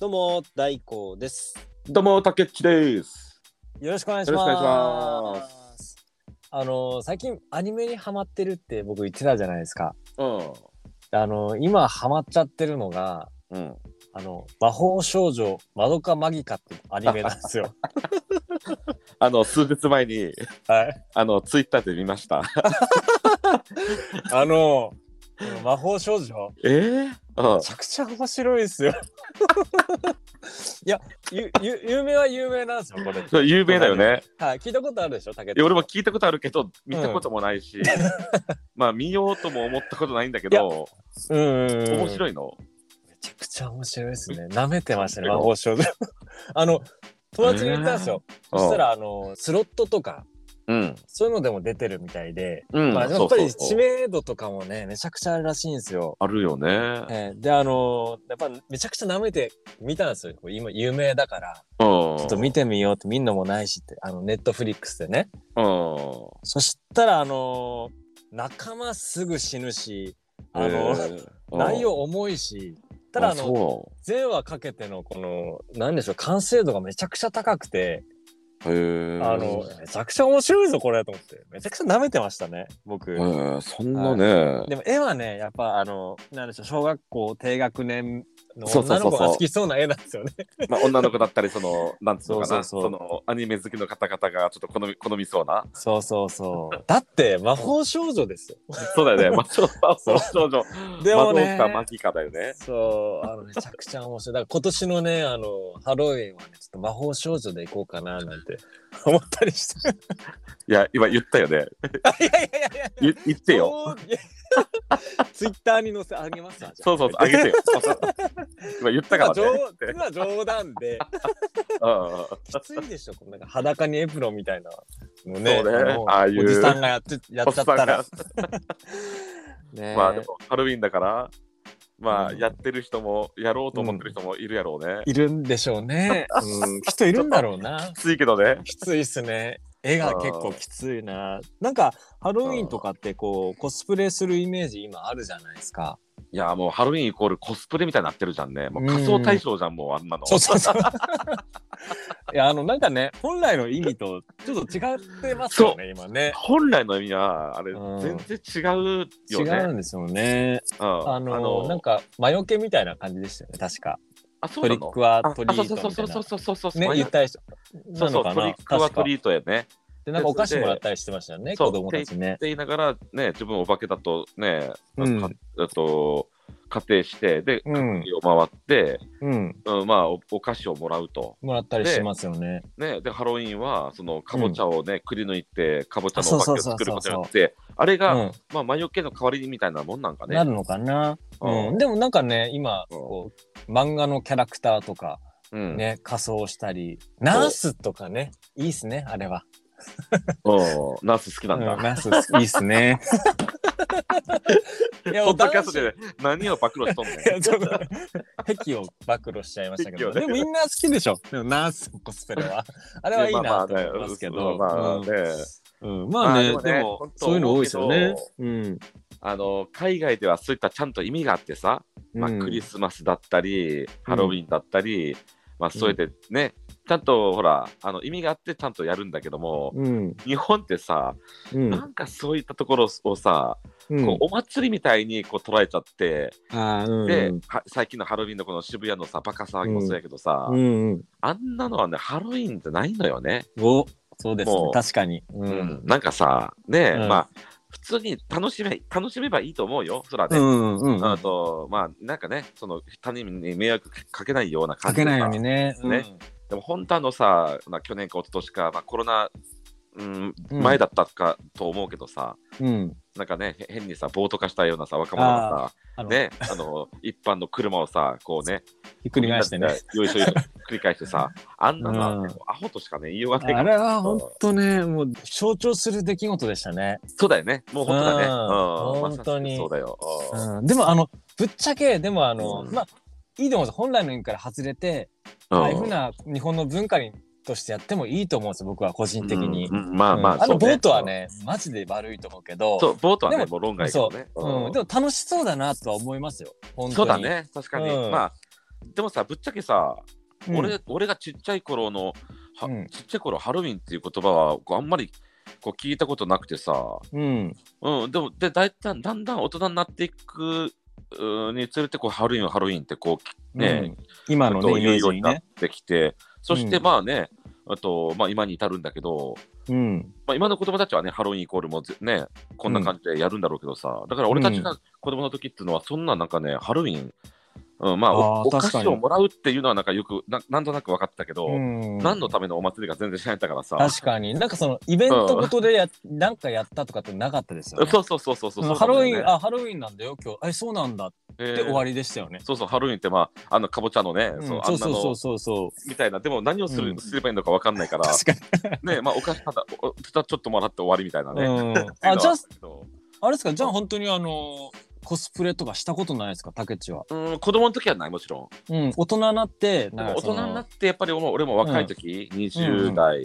どうも大光です。どうも、竹内です。よろしくお願いししますます。あの最近アニメにハマってるって僕言ってたじゃないですか。うん。あの今ハマっちゃってるのがうん。あの魔法少女マドカマギカってアニメなん ですよ。あの、数日前に、 はい。あの、ツイッターで見ました。あのこの魔法少女えー、うんめちゃくちゃ面白いです よ。いやゆゆ有名は有名なんですよこれ。それ有名だよね。はい聞いたことあるでしょ竹内いや俺も聞いたことあるけど、見たこともないし、 まあ、見ようとも思ったことないんだけど、うんうんうん面白いの。めちゃくちゃ面白いですね。舐めてま したね、魔法少女。 あの、友達に言ったんですよ。うそんしたら、あの、スロットとか、うん。そういうのでも出てるみたいで、うん。まあ、やそっうぱそりう知そう名度とかもね、めちゃくちゃあるらしいんですよ。あるよね。えーで、あの、やっぱめちゃくちゃ舐めて見たんですよ。これ今、有名だから、うん。ちょっと見てみようって見んのもないしって、あの、ネットフリックスでね。うん。そしたら、あの、仲間すぐ死ぬし、あえの、ーう ん内容重いし、ただ、ああの、そ全話かけてのこの何でしょう完成度がめちゃくちゃ高くて、う。へえ。あのめちゃくちゃ面白いぞこれと思ってめちゃくちゃ舐めてましたね僕、えー、そんなね。でも絵はねやっぱあの何でしょう小学校低学年のそうそ女うのそうそ子うが好きそうな絵なんですよね まあ、女の子だったり、その、なんつうのかな、そうそうそうその、アニメ好きの方々がちょっと好み、好みそうな。そうそうそう だって魔法少女ですよそうだよね、魔法そう少女。でもね魔法かマギカだよね。そうあのめちゃくちゃ面白いだから今年のねあのハロウィンはねちょっと魔法少女でいこうかななんて思ったりして いや、今言ったよね。いやいやいやいや言言ってよ。そう。いや ツイッターに載せあげますわ。じゃあそうそうそう、あげ てよ。今言ったからね。今冗今冗談で、うんうんうんきついでしょ、このなんか裸にエプロンみたいなのそうねあのああいうおじさんがやってやおっっちゃさっんたがら。、ねえまあ、でも、ハロウィンだから、まあ、うんやってる人も、やろうと思ってる人もいるやろうね。いるんでしょうね。うん、きっといるんだろうな。きついけどね。きついっすね。絵が結構きついな。なんか、ハロウィンとかってこう、コスプレするイメージ今あるじゃないですか。いや、もう、ハロウィンイコールコスプレみたいになってるじゃんね。もう、仮装対象じゃん、もう、あんなの。そうそうそう。いや、あの、なんかね、本来の意味とちょっと違ってますよね、今ね。本来の意味は、あれうん、全然違う違よね。うんですよね。うんあのなんか魔除けみたいな感じでしたよね、確か。あ、そトうリなッのクはあトリートみそうたそいうそなう。そうそうそうそう。ね、言ったりした。そなうそのう、かトリなックは確トか。リートやね。っで、なんかお菓子もらったりしてましたよね、そう子供たちねて。言いながら、ね、自分お化けだとね、うんかあと、仮定して、で、うん、家を回って、うん、うん、まあお、お菓子をもらうと。もらったりしますよね。ね、で、ハロウィンは、その、かぼちゃをね、くり抜いて、かぼちゃのお化けあそうそうそをうそう作ることによって、あれうが、ん、まあ、魔除けの代わりみたいなもんなんかね。なるのかな。うんうん、でもなんかね、今、うんこう、漫画のキャラクターとか、うん。ね、仮装したり、ナースとかね、いいっすね、あれは。うんナース好きなうんん、だ。ナース、いいっす ね。いやポッドキャストで何を暴露しとんねんいやちょっと 癖を暴露しちゃいましたけど、癖をでねもみんな好きでしょでもナースのコスプレ はあれはいいなと思いますけどまあまあねうんうんまあねうんまあねまあでもねでも本当そういうの多いですよね多い、うんあの海外ではそういったちゃんと意味があってさ、まあ、クリスマスだったり、ハロウィンだったり、まあ、そうやってね、ちゃんとほらあの意味があってちゃんとやるんだけども、うん日本ってさ、うんなんかそういったところをさ、うんこうお祭りみたいにこう捉えちゃって、あーうんでは最近のハロウィンのこの渋谷のさバカ騒ぎもそうやけどさ、うんうんあんなのはねハロウィンじゃないのよね。おそうですもねう確かにううんん、なんかさね、うんまあ普通に楽しめ楽しめばいいと思うよそらうね、んうんあとまあなんかねその他人に迷惑かけないようなか感じけでさないようにねうんねでも本当あのさ、まあ、去年か一昨年か、まあ、コロナ、うん、うん前だったかと思うけどさ、うんなんかねへ変にさ暴徒化したようなさ若者があさのねあの一般の車をさこうねひっくり返してねみんなでよいしょよいしょ繰り返してさあんなのはうんねもうアホとしかね言いようがないかあられは本当ねもう象徴する出来事でしたねそうだよねもう本当だね、ううんんまさし本く当にそうだよ、うんうんでもあのぶっちゃけでもあの、うんまあいいと思うんです本来の意味から外れて、うんああいうふうな日本の文化にとしてやってもいいと思うんですよ僕は個人的に。うんうんまあまあ、うんあのそうボートはね、マジで悪いと思うけど、そうボートはでねももう論外だそようね、うん、でも楽しそうだなとは思いますよ。本当にそうだ。ね確かに、うんまあでもさぶっちゃけさ、うん俺俺がちっちゃい頃のはうんちっちゃい頃ハロウィンっていう言葉はこうあんまりこう聞いたことなくてさ、うん。うん、でもでだいたんだんだん大人になっていくうんにつれてこうハロウィンはハロウィンってこうね、うん今のね、とイ言メーうようジにになっね。てきて、そしてうんまあね、あと、まあ、今に至るんだけど、うん。まあ、今の子供たちはね、ハロウィンイコールもぜね、こんな感じでやるんだろうけどさ、だから俺たちが子供の時っていうのは、そんななんかね、ハロウィン、うん、まああお、ーお菓確か子にをもらうっていうのは、なんかよくな、なんとなく分かったけど、うん何のためのお祭りか全然知らないんだからさ、確かに。なんかその、イベントごとでや、なんかやったとかってなかったですよね。そうそうそうそうそう、うんハロウィン、ンあ、ハロウィンなんだよ、今日。え、そうなんだっでて終わりでしたよね。そうそう、ハロウィンって、まあ、あの、かぼちゃのね、うんそうあそうんなそうのそうそうそみたいな、でも何をする、うんすればいいのか分かんないから、う。確かね、まあ、お菓子ただ、おただちょっともらって終わりみたいなに。ね。うん。っていうあ、のじはゃあっ、たけどあれですか、じゃあ本当にあの、コスプレとかしたことないですか、竹内は。うん、子供の時はない、もちろん。うん、大人になって、でなんもか大その人になって、やっぱり俺も俺も若い時、うんう20ん代、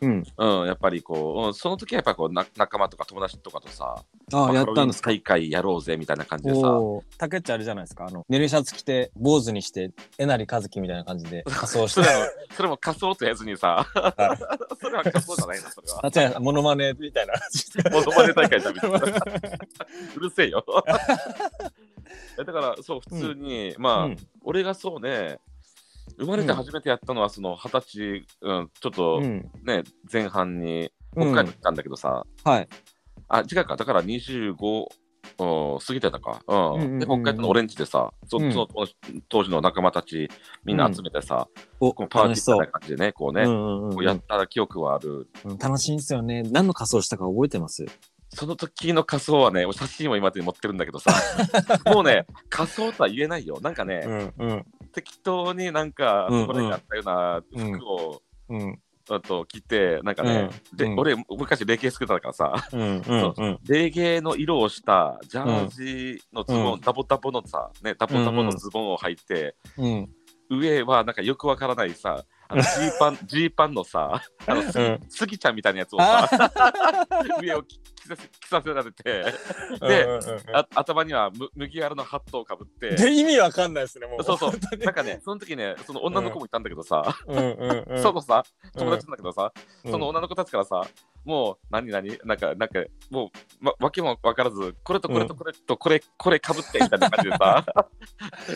うん。うんやっぱりこう、うん、その時はやっぱりこうな仲間とか友達とかとさ、あまあ、あやったんですか。ハロウィン大会やろうぜみたいな感じでさ、おお。竹内あれじゃないですか。あの、寝るシャツ着て、坊主にして、えなりかずきみたいな感じ で仮装しそてれ。はそれも仮想とやつにさ、はそれは仮想じゃないな、それは。あ、違う、モノマネみたいな感じで。モノマネ大会じゃんみたいな うるせえよ。だから、そう、普通に、 まあ、うん俺がそうね、生まれて初めてやったのは、その二十歳、うん、ちょっとうん。ね、前半に、う北ん海道行ったんだけどさ、はい。あ、違うか、だから25お過ぎてたか、うんうんうんうんうんで、北海道のオレンジでさ、そうんその当時当時の仲間たち、みんな集めてさ、おこうパーティー楽みしたいそなう。感じでね、こううね、んうんこううんやった記憶はある。うん。楽しいんですよね。何の仮装したか覚えてますその時の仮装はね、写真を今手に持ってるんだけ どさ、もうね、仮装とは言えないよ。なんかね、んうん適当になんか、うんうんこれにあったような服を、うんあと着て、なんかね、うんでうん俺、昔、霊系作ったからさ、うんそううん。レゲエの色をしたジャージのズボン、うんダボダボのさ、ね、ダボダボのズボンを履いて、うん上はなんかよくわからないさ、あのジー パン、ジーパンのさ、あのスギうんスギちゃんみたいなやつをあさ、上を着着させ着させられて、ーでうんうんうんあ頭にはむ麦わらのハットをかぶって、で意味わかんないですね、もう。そうそう本当になんかね、その時ね、その女の子もいたんだけどさ、うんうんうん。そのさ、友達なんだけどさ、うんその女の子たちからさ、もう何何なんかなんかもう、ま、わけも分からずこれとこれとこれとこれ、これかぶってみたいな感じで さ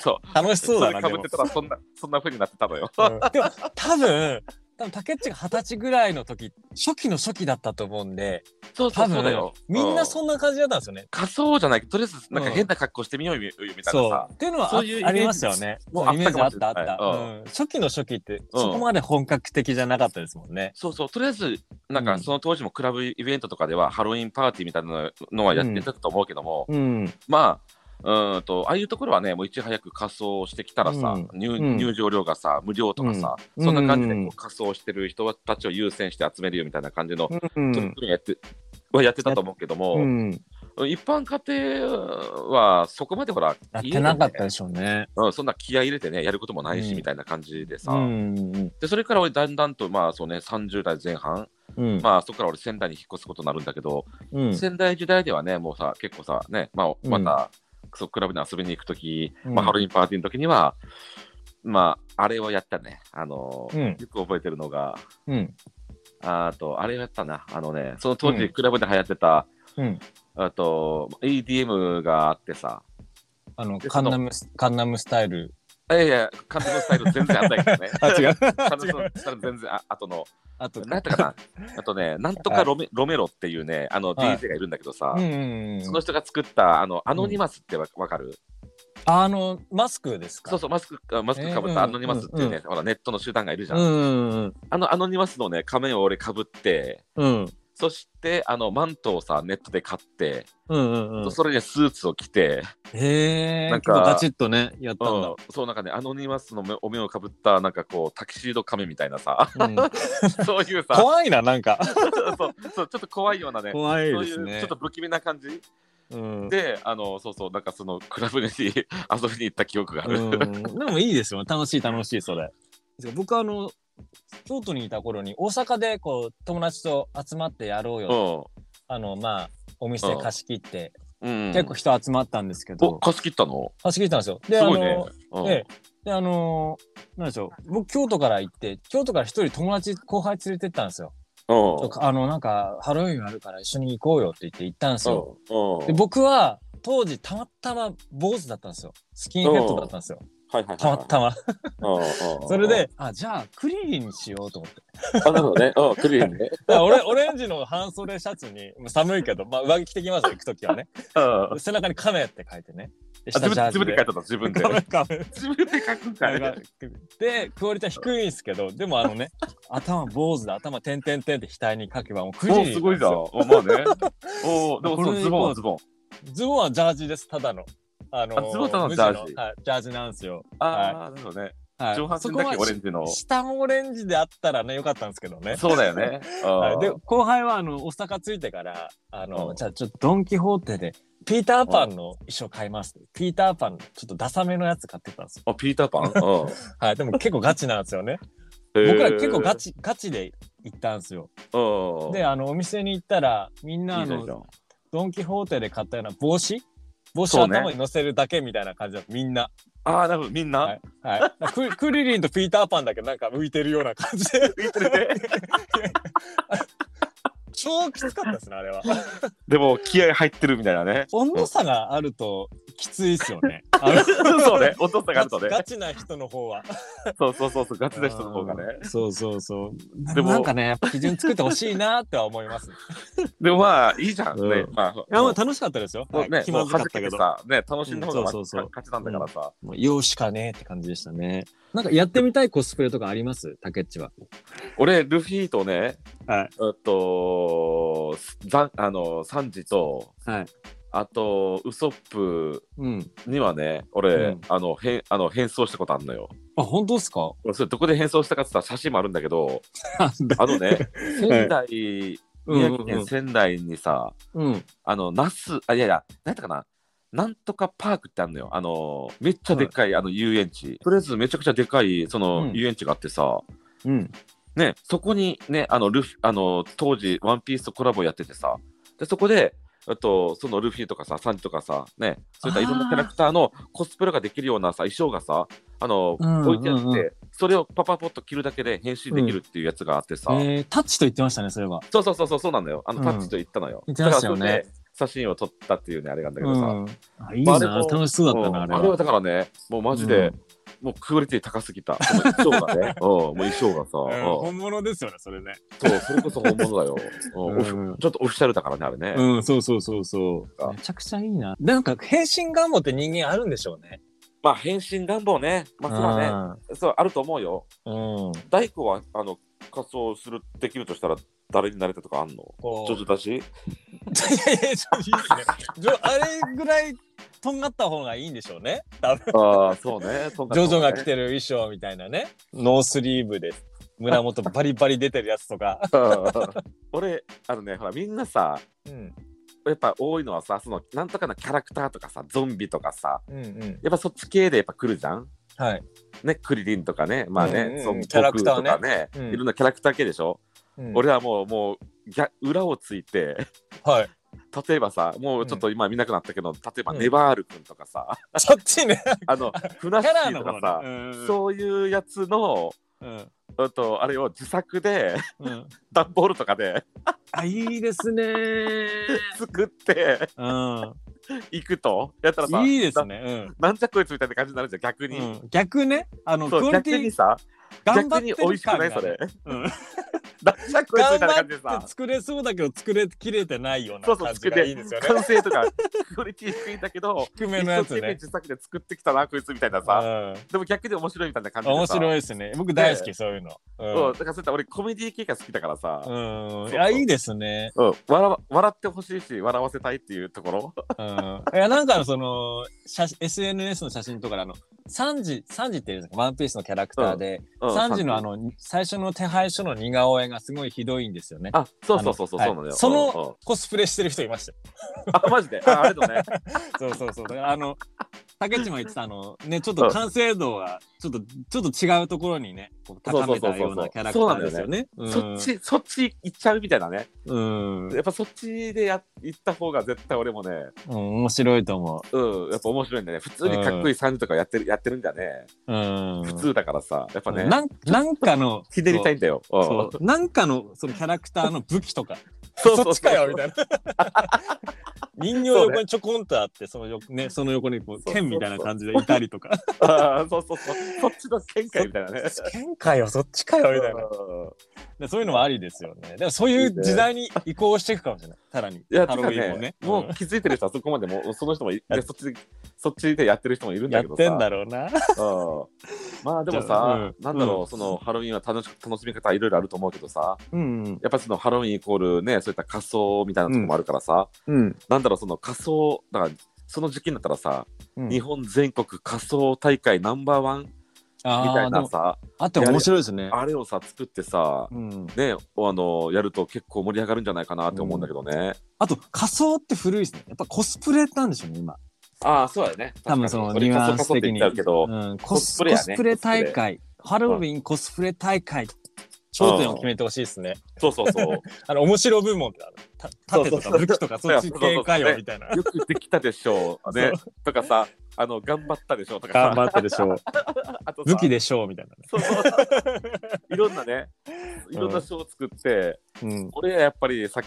そう楽しそうだな、かでぶっもてたらそんなそんな風になって たのようんでも多分多分竹内が二十歳ぐらいの時初期の初期だったと思うんでそうそ多うそうだよ分みんなそうんな感じだったんですよね。仮装じゃないけどとりあえずなんかうん変な格好してみようみみたいなそうさっていうのはあそういうイメージありましたよね。もうそうイメージああっったたかあもしっれないた、うんうん初期の初期ってそこまで本格的じゃなかったですもんね。そうそうとりあえずなんかうんその当時もクラブイベントとかではハロウィンパーティーみたいなのはやってたと思うけども、うん、まあうーんとああいうところはねもういち早く仮装してきたらさ、うん入うん入場料がさ無料とかさ、うんそんな感じでうこんう仮装してる人たちを優先して集めるよみたいな感じの、うん取り組みをやってはやってたと思うけども、うん、一般家庭はそこまでほらやってなかった家でねでしょうね。うん、そんな気合い入れてねやることもないし、うんみたいな感じでさ、うんうんでそれから俺だんだんとまあそうね30代前半、うんまあそこから俺仙台に引っ越すことになるんだけど、うん仙台時代ではね、もうさ、結構さ、ね、まあ、また、そうクラブに遊びに行くとき、うんまあ、ハロウィンパーティーのときには、まあ、あれをやったね。あのー、うんよく覚えてるのが、うんあーと、あれをやったな。あのね、その当う時、んクラブで流行ってた、うんあと、EDM があってさ、あのでカンナムスカンナムスタイル。いやいや、カンヌスタイル全然あったけどね あ違うカンヌスタイル全然あ後の、あと何やったかな。あとね、なんとかロメ,、ロメロっていうね、あはの、い DJ がいるんだけどさ、うんうんうんその人が作った、あの、アノニマスってわわかる、あのマスクですか。そうそう、マスクあマスクかぶっえーたアノニマスっていうね、ほらネットの集団がいるじゃん。うんうんあのアノニマスのね、仮面を俺かぶって、うんそしてあのマントをさ、ネットで買って、うんうんうん。それでスーツを着て、へえ。ななんんかかガチッとねやっうたんだん。そうなんかね、アノニマスの目お面をかぶった、なんかこう、タキシード仮面みたい なさ、うんそういうさ、怖いななんかそうそうちょっと怖いようなね、怖いそうでいすうね。ちょっと不気味な感じうんで、あの、そうそう、なんかそのクラブに 遊びに行った記憶があ る。うんでもいいですよ楽しい楽しいそれ。僕あの京都にいた頃に大阪でこう友達と集まってやろうよ、あのまあお店貸し切って、うん。うん結構人集まったんですけお、ど貸し切ったの貸し切ったんですよ。ですごいねあの。うんでで、あのーなんでしょう、僕、京都から行って、京都から一人友達、後輩連れてったんですよ。うとんかあの、なんか、ハロウィンあるから一緒に行こうよって言って行ったんですよ。うんうんで、僕は、当時、たまたま坊主だったんですよ。スキンヘッドだったんですよ。はいはいはいたまたま。うんうんうんそれで、あ、じゃあ、クリリンにしようと思って。あなるほどねうんクリーン ねだから俺、オレンジの半袖シャツに、もう寒いけど、まあ、上着着てきますよ、行くときは ね。うん背中にカメって書いてね。であ自分で自分で書いてたの自 分で。カメ自分で書くん かい。で、クオリティは低いんですけど、でもあ のね、頭坊主で頭点々点って額に書けばもうクリリもンなうんですすごいじゃん。よ。おまあね。おおでもそこのれズボンズボン。ズボンはジャージです、ただの。あのあズボンただのジャージ無地のはい、ジャージなんですよ。ああなるほどね。はい、上半身だけオレンジそのこは。下もオレンジであったらね、よかったんですけどね。そうだよね。 はい、でで、後輩はあの大阪着いてからあの、うんじゃあちょっとドン・キホーテでピーターパンの衣装買います、ピーターパンのちょっとダサめのやつ買ってたんですよ、あピータ ーパン。うんはい、でも結構ガチなんですよねへー僕ら結構ガチガチで行ったんですようん。であのお店に行ったらみんないあいじゃのんいいじゃんドン・キホーテで買ったような帽子帽子そうね頭に乗せるだけみたいな感じだったみんな、ああなるほどみんは。ない はい、ククリリンとピーターパンだけなんか浮いてるような感じで 浮いてるね超きつかったですねあれは。でも気合入ってるみたいなね 温度差があるときついですよ ね。あのそうね。お父さんがあるとねガ。チな人の方は。そうそうそうそうガチな人の方がね。そうそうそう。ででももなんかね、やっぱ基準作ってほしいなっては思います。い でもまあいいじゃんねう。まあ。や、まあ楽しかったですよ。もうはねい、気もまうずか弾ったけけてど。さ、ね、楽しんだ方がうんまあそうそうそう勝ちなんだからさ。もう容姿かねって感じでしたね。なんかやってみたいコスプレとかありますタケッチは。俺、ルフィとね、はい。えっと、ザあの、サンジと、はい。あと、ウソップうん。にはね、俺、うんあの、変、あの、変装したことあるのよ。あ、本当ですか俺、それどこで変装したかって言ったら写真もあるんだけど、あ あのね、仙台、うん宮う城んうん県仙台にさ、うん。あの、ナス、あ、いやいや、何やったかな。なんとかパークってあるのよ。あの、めっちゃでっかい、あの、遊園地。とりあえずめちゃくちゃでかい、そう、のん遊園地があってさ、うん。ね、そこにね、あのルフィあの当時、ワンピースとコラボやっててさ、でそこで、あとそのルフィとかさ、サンジとかさ、ね、そういったいろんなあーキャラクターのコスプレができるようなさ衣装がさ、あの、うん置いてあって、うんうそれをパパポッと着るだけで変身できるっていうやつがあってさ、えー、タッチと言ってましたね、それは。そうそうそうそう、そうなんだよ、あの、うんタッチと言ったのよ。言ってましたよねだからそれで写真を撮ったっていうね、あれなんだけうどさ、ん。あ、いいまあな、でも楽しそうだったな、あうんれは。あれはだからね、もうマジで、もうクオリティ高すぎた、その衣装が ね、うん、もう衣装がさ、うんうん物ですよね、それね。そう、それこそ本物だよ。うんオフうんちょっとオフィシャルだからね、あれね。うん、そうそうそうそあう。めちゃくちゃいいな。なんか変身願望って人間あるんでしょうね。まあ、変身願望ね。まあ、それはね、そう、あると思うよ。うん。うん。大工は、あの、仮装する、できるとしたら、誰になれたとかあんのこちょう。っいとだしやいやいや、ちょっといいですね。じょあれぐらいとんがった方がいいんでしょうね。多分。ああ、そう ね。ジジョジョが着てる衣装みたいなね。ノースリーブで胸元バリバリ出てるやつとか。俺、あのね、ほら、みんなさ、うん。やっぱ多いのはさ、その、なんとかのキャラクターとかさ、ゾンビとかさ、うんうん。やっぱそっち系でやっぱ来るじゃんはい。ね、クリリンとかね、まあうんうんうね、ん孫悟キャラクター空とねかね、うんいろんなキャラクター系でしょうん俺はもう、もう、逆裏をついて、 はい。例えばさもうちょっと今見なくなったけど、例えばネバール君と かさ、そっちね。あのフキナッシャラーのと方かねさ、うんそういうやつのうん。あとあれを自作で うん。段ボールとかで あ、いいですね。作ってういくとやったらさん。いいですなね。うん。なんじゃこいつみたいな感じになるじゃん逆に、うん、逆ねあのクそオうリ逆テにィさ頑張っ逆てにる美味しく感 ながいそれうんなんじゃこいつみたいな感じで頑張っさて作れそうだけど作れきれてないようそうなそう感じがいいですよね完成とかクオリティ低いんだけど低めの一生やつ懸命ね自作で作ってきたなこいつみたいなさ、でも逆に面白いみたいな感うじん、でさ面白いですね僕大好きそういうのそうだからそういった俺コメディ系が好きだからうさ、ん、、そううんいやいいですねうん、笑わ笑ってほしいし笑わせたいっていうところうんいやなんかその写真 SNS の写真とかであのサンジサンジっていうんですかワンピースのキャラクターで、うんサンジのあの最初の手配書の似顔絵がすごいひどいんですよねあそうそうそうそうあそうのなのよ、はいそのうんうんコスプレしてる人いましたよ あマジでああれだねそうそうそうだからあの竹内も言ってたあのねちょっと完成度がちょっとちょっと違うところにねこう高めたようなキャラクターですよね。そっちそっち行っちゃうみたいなね。うん、うんやっぱそっちでや行った方が絶対俺もね、面白いと思うん、やっぱ面白いんだね。普通にかっこいい30とかやってるやってるんだね。う。うん、普通だからさ、やっぱね、なんなんかのひねりたいんだよ。うんそうそうなんかのそのキャラクターの武器とかそうそうそっちかよみ たいな人形横にちょこんとあってその横,、ね、その横にこうそう剣みたいな感じでいたりとか ああ、そうそうそう。そっちの見解みたいなね。剣かよそっちかよみたいなうんでそういうのはありですよねでもそういう時代に移行していくかもしれないさらにいや、ハロてウかィーンもねね、もう気づいて る人はそこまでもう、その人もい、でそっちで、そっちでやってる人もいるうんんだやけどっさ。てんだろうなうん。まあでもじゃあうさん、なんだろうう、そのハロウィンは楽し楽しみ方いろいろあると思うけどさ、うんやっぱそのハロウィンイコールね、そういった仮装みたいなとこもあるからさ、うん、なんだろう、その仮装、だから、その時期になったらさ、うん、日本全国仮装大会ナンバーワンみたあいーでなもさ、あっても面白いですねあれをさ、作ってさ、うん、ね、あのやると結構盛り上がるんじゃないかなって思うんだけどね。あと仮装って古いですねやっぱコスプレなんでしょうね今ああ、そうだよね。多分その確かにニュアンス俺仮装仮装って言っ的にちゃうけど、うんココススププレ、レコやねスプレ大会、ハロウィンコスプレ大会、頂点を決めてほしいですね。そうそうそう。 あの、面白部門ってある。た盾とかそうそうそう武器とかそっち系かよ、みたいな。よくできたでしょう。ね、とかさ、あの頑張ったでしょうとかさ、頑張ったでしょう。あ とさ武器でしょう、みたいそうそういろんなね、いろんな賞を作って、なね。うん。俺はやっぱりさっき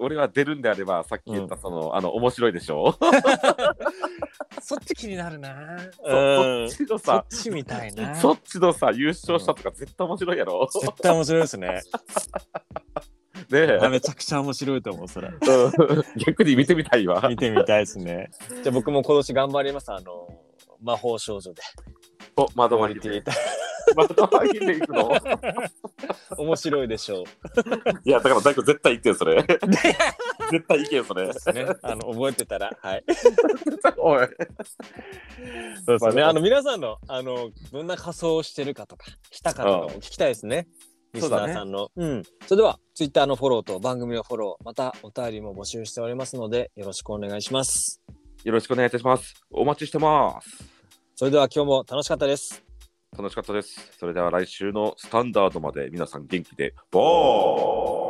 俺は出るんであればさっき言ったその、あの面白いでしょう。そっち気になるな。そうっん。ちそのさっ、ちみたい な。そっちのさ優勝したとか絶対面白いやろ。絶対面白いですね。ねえあめちゃくちゃ面白いと思う、それ。うん逆に見てみたいわ見。てみたいですね。じゃあ僕も今年頑張ります、あの、魔法少女で。お窓まりてで窓まりで行くの。面白いでしょう。いやだから大工絶対行ってよそ れ。絶対行けよそれ。 ね、あの、覚えてたら、はい。おい。そうですね。あの皆さんのあのどんな仮装をしてるかとかしたかとかも聞きたいですね。リそスうだナねーさんの。うん。それではツイッターのフォローと番組のフォロー、またお便りも募集しておりますのでよろしくお願いします。よろしくお願いいたします。お待ちしてます。それでは今日も楽しかったです。楽しかったです。それでは来週のスタンダードまで皆さん元気で。ボー